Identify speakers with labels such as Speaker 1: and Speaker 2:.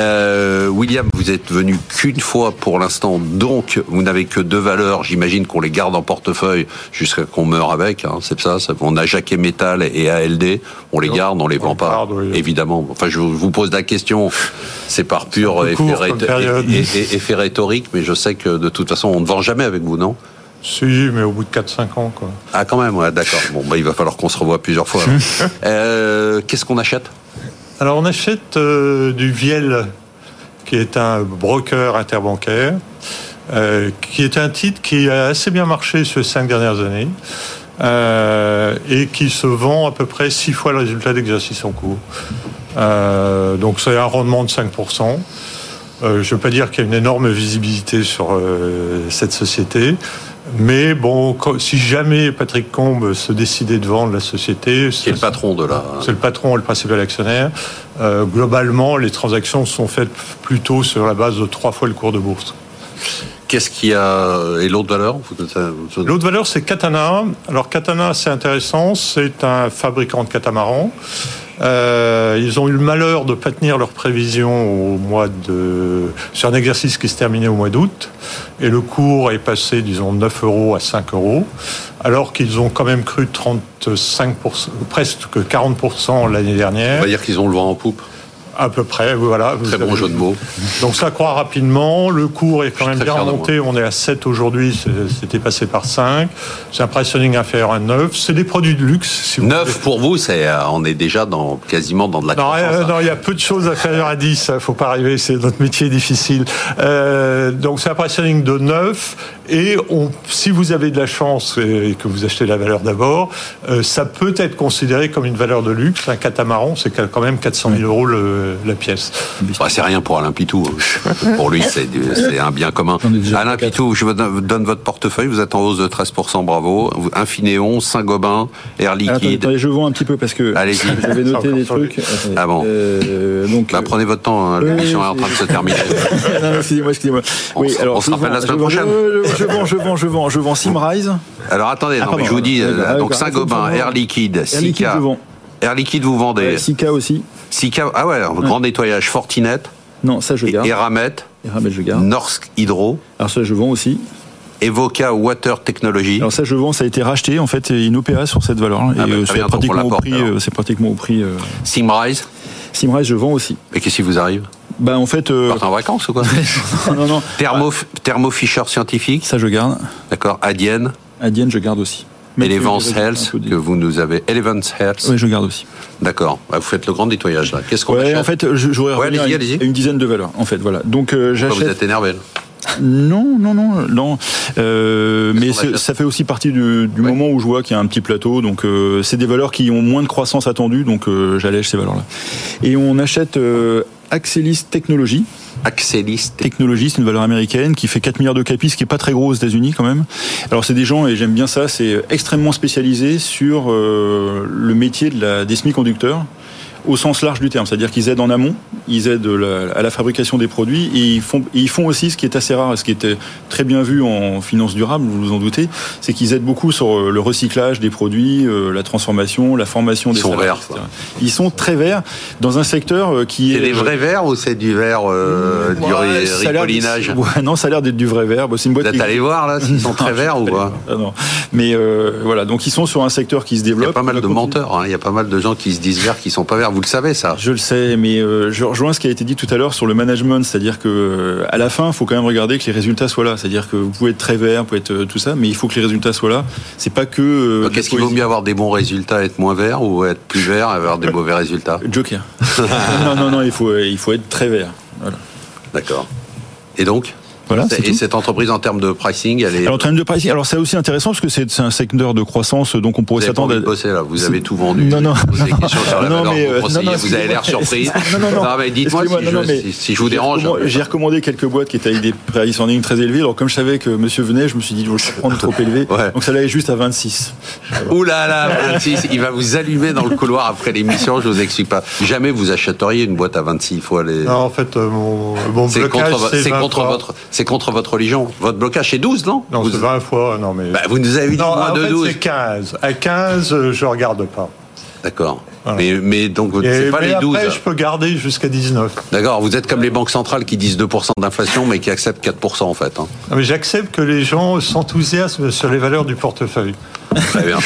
Speaker 1: Euh, William, vous êtes venu qu'une fois pour l'instant, donc vous n'avez que deux valeurs. J'imagine qu'on les garde en portefeuille jusqu'à qu'on meure avec. hein, c'est ça, ça- On a Jacquet Metal et ALD. On les
Speaker 2: Non,
Speaker 1: garde, on les
Speaker 2: on
Speaker 1: vend
Speaker 2: les
Speaker 1: pas,
Speaker 2: garde, oui.
Speaker 1: évidemment. Enfin, je vous pose la question. C'est par pur
Speaker 2: peu
Speaker 1: effet,
Speaker 2: court comme
Speaker 1: rhéto-
Speaker 2: période.
Speaker 1: et- et- effet rhétorique, mais je sais que de toute façon, on ne vend jamais avec vous, non
Speaker 2: Si, mais au bout de 4-5 ans, quoi.
Speaker 1: Ah, quand même. ouais, D'accord. Bon, bah, il va falloir qu'on se revoie plusieurs fois. Euh, Qu'est-ce qu'on achète
Speaker 2: Alors, on achète euh, du Viel, qui est un broker interbancaire, euh, qui est un titre qui a assez bien marché ces cinq dernières années euh, et qui se vend à peu près six fois le résultat d'exercice en cours. Euh, donc, c'est un rendement de 5%. Euh, je ne veux pas dire qu'il y a une énorme visibilité sur euh, cette société, mais bon, quand- si jamais Patrick Combe se décidait de vendre la société,
Speaker 1: Qui est le
Speaker 2: ça-
Speaker 1: patron de la
Speaker 2: c'est le patron et le principal actionnaire. Euh, globalement, les transactions sont faites plutôt sur la base de trois fois le cours de bourse.
Speaker 1: Qu'est-ce qu'il y a Et l'autre valeur Vous- vous-
Speaker 2: L'autre valeur, c'est Katana. Alors, Katana, c'est intéressant. C'est un fabricant de catamarans. Euh, ils ont eu le malheur de ne pas tenir leurs prévisions au mois de. C'est un exercice qui se terminait au mois d'août. Et le cours est passé, disons, de 9 euros à 5 euros. Alors qu'ils ont quand même cru 35%, presque 40% l'année
Speaker 1: On
Speaker 2: dernière.
Speaker 1: va dire qu'ils ont le vent en poupe.
Speaker 2: À peu près, voilà. vous
Speaker 1: Très bon
Speaker 2: avez-
Speaker 1: jeu de mots.
Speaker 2: Donc ça croît rapidement, le cours est quand
Speaker 1: Je suis
Speaker 2: même
Speaker 1: très
Speaker 2: bien
Speaker 1: fier de
Speaker 2: remonté, on est à 7 aujourd'hui, C'est- c'était passé par 5, c'est un pricing inférieur à 9, c'est des produits de luxe. Si vous voulez.
Speaker 1: Neuf pour vous, c'est euh, on est déjà dans quasiment dans de la
Speaker 2: Non,
Speaker 1: croissance,
Speaker 2: euh,
Speaker 1: hein.
Speaker 2: non, il y a peu de choses inférieures à 10, hein, faut pas arriver, c'est notre métier est difficile. Euh, donc c'est un pricing de 9 et on, si vous avez de la chance et que vous achetez la valeur d'abord, euh, ça peut être considéré comme une valeur de luxe. Un catamaran, c'est quand même 400 000 euros le- la pièce.
Speaker 1: Bah, c'est rien pour Alain Pitou. hein. pour lui, c'est du- c'est un bien commun.
Speaker 3: J'en ai déjà
Speaker 1: Alain
Speaker 3: quatre.
Speaker 1: Pitou, je vous don- donne votre portefeuille. Vous êtes en hausse de 13%, bravo. Vous- Infinéon, Saint-Gobain, Air
Speaker 3: Alors, Ah, attendez,
Speaker 1: Liquide.
Speaker 3: attendez, je vois un petit peu parce que
Speaker 1: Allez-y.
Speaker 3: j'avais
Speaker 2: Ça
Speaker 3: noté
Speaker 2: encore
Speaker 3: des
Speaker 2: changé.
Speaker 3: trucs. Attendez.
Speaker 1: Ah bon.
Speaker 3: Euh, donc,
Speaker 1: Bah, prenez votre temps, hein,
Speaker 3: Oui,
Speaker 1: l'émission
Speaker 3: oui,
Speaker 1: est en train de
Speaker 3: oui.
Speaker 1: se terminer.
Speaker 3: non, non, excusez-moi, excusez-moi.
Speaker 1: On se- on se
Speaker 3: je
Speaker 1: rappelle la semaine
Speaker 3: vends, je vends,
Speaker 1: prochaine.
Speaker 3: Je, je- je vends, je vends, je vends, je vends Simrise.
Speaker 1: Alors attendez, non,
Speaker 3: Ah, pardon.
Speaker 1: mais je vous dis, euh,
Speaker 3: Oui, bah,
Speaker 1: donc
Speaker 3: bah,
Speaker 1: Saint-Gobain,
Speaker 3: faut-
Speaker 1: Air Liquide,
Speaker 3: Air Liquide,
Speaker 1: Sika.
Speaker 3: je vends.
Speaker 1: Air Liquide, vous vendez.
Speaker 3: Euh, Sika aussi.
Speaker 1: Sika, ah ouais, grand nettoyage, Fortinet,
Speaker 3: Non, ça je garde.
Speaker 1: Eramet,
Speaker 3: Et Ramel, je garde.
Speaker 1: Norsk Hydro,
Speaker 3: Alors ça je vends aussi.
Speaker 1: Evoca Water Technology.
Speaker 3: Alors ça je vends, ça a été racheté en fait et une OPA sur cette valeur. Et
Speaker 1: Ah bah, très
Speaker 3: euh,
Speaker 1: bien,
Speaker 3: c'est
Speaker 1: donc on
Speaker 3: pratiquement, au
Speaker 1: l'apporte,
Speaker 3: prix,
Speaker 1: alors.
Speaker 3: euh, c'est pratiquement au prix. euh,
Speaker 1: Simrise,
Speaker 3: Simrise, je vends aussi.
Speaker 1: mais qu'est-ce qui vous arrive
Speaker 3: Bah en fait. euh,
Speaker 1: Vous partez en vacances ou quoi
Speaker 3: non, non.
Speaker 1: Thermo, Thermo Fisher Scientifique,
Speaker 3: Ça je garde.
Speaker 1: d'accord, Adienne,
Speaker 3: Adienne, je garde aussi. Mais
Speaker 1: Elevance Health, que vous nous avez. Elevance Health,
Speaker 3: Oui, je garde aussi.
Speaker 1: d'accord. Bah, vous faites le grand nettoyage là. Qu'est-ce qu'on
Speaker 3: Ouais,
Speaker 1: achète
Speaker 3: en fait, je- j'aurais
Speaker 1: Ouais,
Speaker 3: revenir à,
Speaker 1: allez-y,
Speaker 3: une-
Speaker 1: allez-y.
Speaker 3: à une dizaine de valeurs. En fait, voilà. Donc euh,
Speaker 1: Pourquoi Vous
Speaker 3: j'achète.
Speaker 1: êtes énervé. là
Speaker 3: Non, non, non, non. Euh, mais
Speaker 1: qu'on
Speaker 3: c'est-
Speaker 1: achète
Speaker 3: ça fait aussi partie du, du
Speaker 1: Ouais.
Speaker 3: moment où je vois qu'il y a un petit plateau. Donc euh, c'est des valeurs qui ont moins de croissance attendue. Donc euh, j'allège ces valeurs-là. Et on achète euh, Axelis Technologies.
Speaker 1: Axelis, Tech-
Speaker 3: Technologie, c'est une valeur américaine qui fait 4 milliards de capis, ce qui est pas très gros aux États-Unis quand même. Alors c'est des gens, et j'aime bien ça, c'est extrêmement spécialisé sur euh, le métier de la, des semi-conducteurs au sens large du terme, c'est-à-dire qu'ils aident en amont, ils aident la- à la fabrication des produits et ils font, et ils font aussi ce qui est assez rare et ce qui était très bien vu en finance durable, vous vous en doutez, c'est qu'ils aident beaucoup sur euh, le recyclage des produits, euh, la transformation, la formation
Speaker 1: Ils
Speaker 3: des
Speaker 1: sont
Speaker 3: salariés,
Speaker 1: verts,
Speaker 3: etc. Ils sont très verts dans un secteur euh, qui est
Speaker 1: c'est des vrais verres ou c'est du verre euh, du
Speaker 3: Ouais,
Speaker 1: ri-
Speaker 3: ça a l'air-
Speaker 1: ripollinage
Speaker 3: Ouais, non, ça a l'air d'être du vrai verre. Bon, c'est une
Speaker 1: Vous
Speaker 3: boîte.
Speaker 1: êtes
Speaker 3: qui-
Speaker 1: allé voir là s'ils sont très verts ou pas
Speaker 3: Ah, non. Mais euh, voilà, donc ils sont sur un secteur qui se
Speaker 1: Il y
Speaker 3: développe.
Speaker 1: a pas mal
Speaker 3: On
Speaker 1: de
Speaker 3: va continuer.
Speaker 1: menteurs, hein. il y a pas mal de gens qui se disent verts qui sont pas verts, vous le savez ça.
Speaker 3: Je le sais, mais euh, je rejoins ce qui a été dit tout à l'heure sur le management, c'est-à-dire que euh, à la fin, il faut quand même regarder que les résultats soient là. C'est-à-dire que vous pouvez être très vert, vous pouvez être euh, tout ça, mais il faut que les résultats soient là. C'est pas que. euh,
Speaker 1: Donc,
Speaker 3: de la
Speaker 1: Est-ce qu'il vaut
Speaker 3: poésie.
Speaker 1: mieux avoir des bons résultats et être moins vert ou être plus vert et avoir des mauvais résultats
Speaker 3: Joker. non, non, non, il faut, euh, il faut être très vert. Voilà.
Speaker 1: D'accord. Et donc
Speaker 3: Voilà, c'est
Speaker 1: Et
Speaker 3: tout.
Speaker 1: cette entreprise en termes de pricing, elle est.
Speaker 3: Alors, en termes de pricing, alors c'est aussi intéressant parce que c'est c'est un secteur de croissance, donc on
Speaker 1: vous
Speaker 3: pourrait
Speaker 1: avez pas
Speaker 3: s'attendre
Speaker 1: envie
Speaker 3: à.
Speaker 1: de bosser là, vous
Speaker 3: c'est-
Speaker 1: avez tout vendu.
Speaker 3: Non, non.
Speaker 1: Vous posez des questions sur la
Speaker 3: Non,
Speaker 1: valeur
Speaker 3: mais,
Speaker 1: que vous
Speaker 3: euh, non,
Speaker 1: conseillez,
Speaker 3: non,
Speaker 1: vous avez l'air surpris.
Speaker 3: excusez-moi. Non, non, non.
Speaker 1: mais dites-moi si,
Speaker 3: Excusez-moi,
Speaker 1: je-
Speaker 3: non, non, mais
Speaker 1: si- si je vous
Speaker 3: j'ai
Speaker 1: dérange.
Speaker 3: recommandé- J'ai recommandé quelques boîtes qui étaient avec des prix earnings très élevés. Alors, comme je savais que monsieur venait, je me suis dit, je vais pas prendre trop élevé.
Speaker 1: Ouais.
Speaker 3: Donc, ça là est juste à 26.
Speaker 1: Ouh là là, 26, il va vous allumer dans le couloir après l'émission, je vous explique pas. Jamais vous achèteriez une boîte à 26 fois les.
Speaker 2: Non, en fait, euh, mon, mon
Speaker 1: C'est
Speaker 2: blocage,
Speaker 1: contre, vo-
Speaker 2: c'est
Speaker 1: c'est
Speaker 2: 20
Speaker 1: contre
Speaker 2: fois.
Speaker 1: votre, c'est contre votre religion. Votre blocage c'est 12, non
Speaker 2: Non,
Speaker 1: vous,
Speaker 2: c'est 20 fois, non mais...
Speaker 1: Bah, vous nous avez dit
Speaker 2: non,
Speaker 1: moins
Speaker 2: en
Speaker 1: de
Speaker 2: fait,
Speaker 1: 12.
Speaker 2: c'est 15. À 15, euh, je regarde pas.
Speaker 1: D'accord.
Speaker 2: Voilà.
Speaker 1: Mais, mais donc,
Speaker 2: Et-
Speaker 1: c'est pas
Speaker 2: mais
Speaker 1: les hein. 12.
Speaker 2: après, je peux garder jusqu'à 19.
Speaker 1: D'accord, vous êtes comme les banques centrales qui disent 2% d'inflation mais qui acceptent 4% en fait. hein.
Speaker 2: Non, mais j'accepte que les gens s'enthousiasment sur les valeurs du portefeuille.
Speaker 1: Très bien.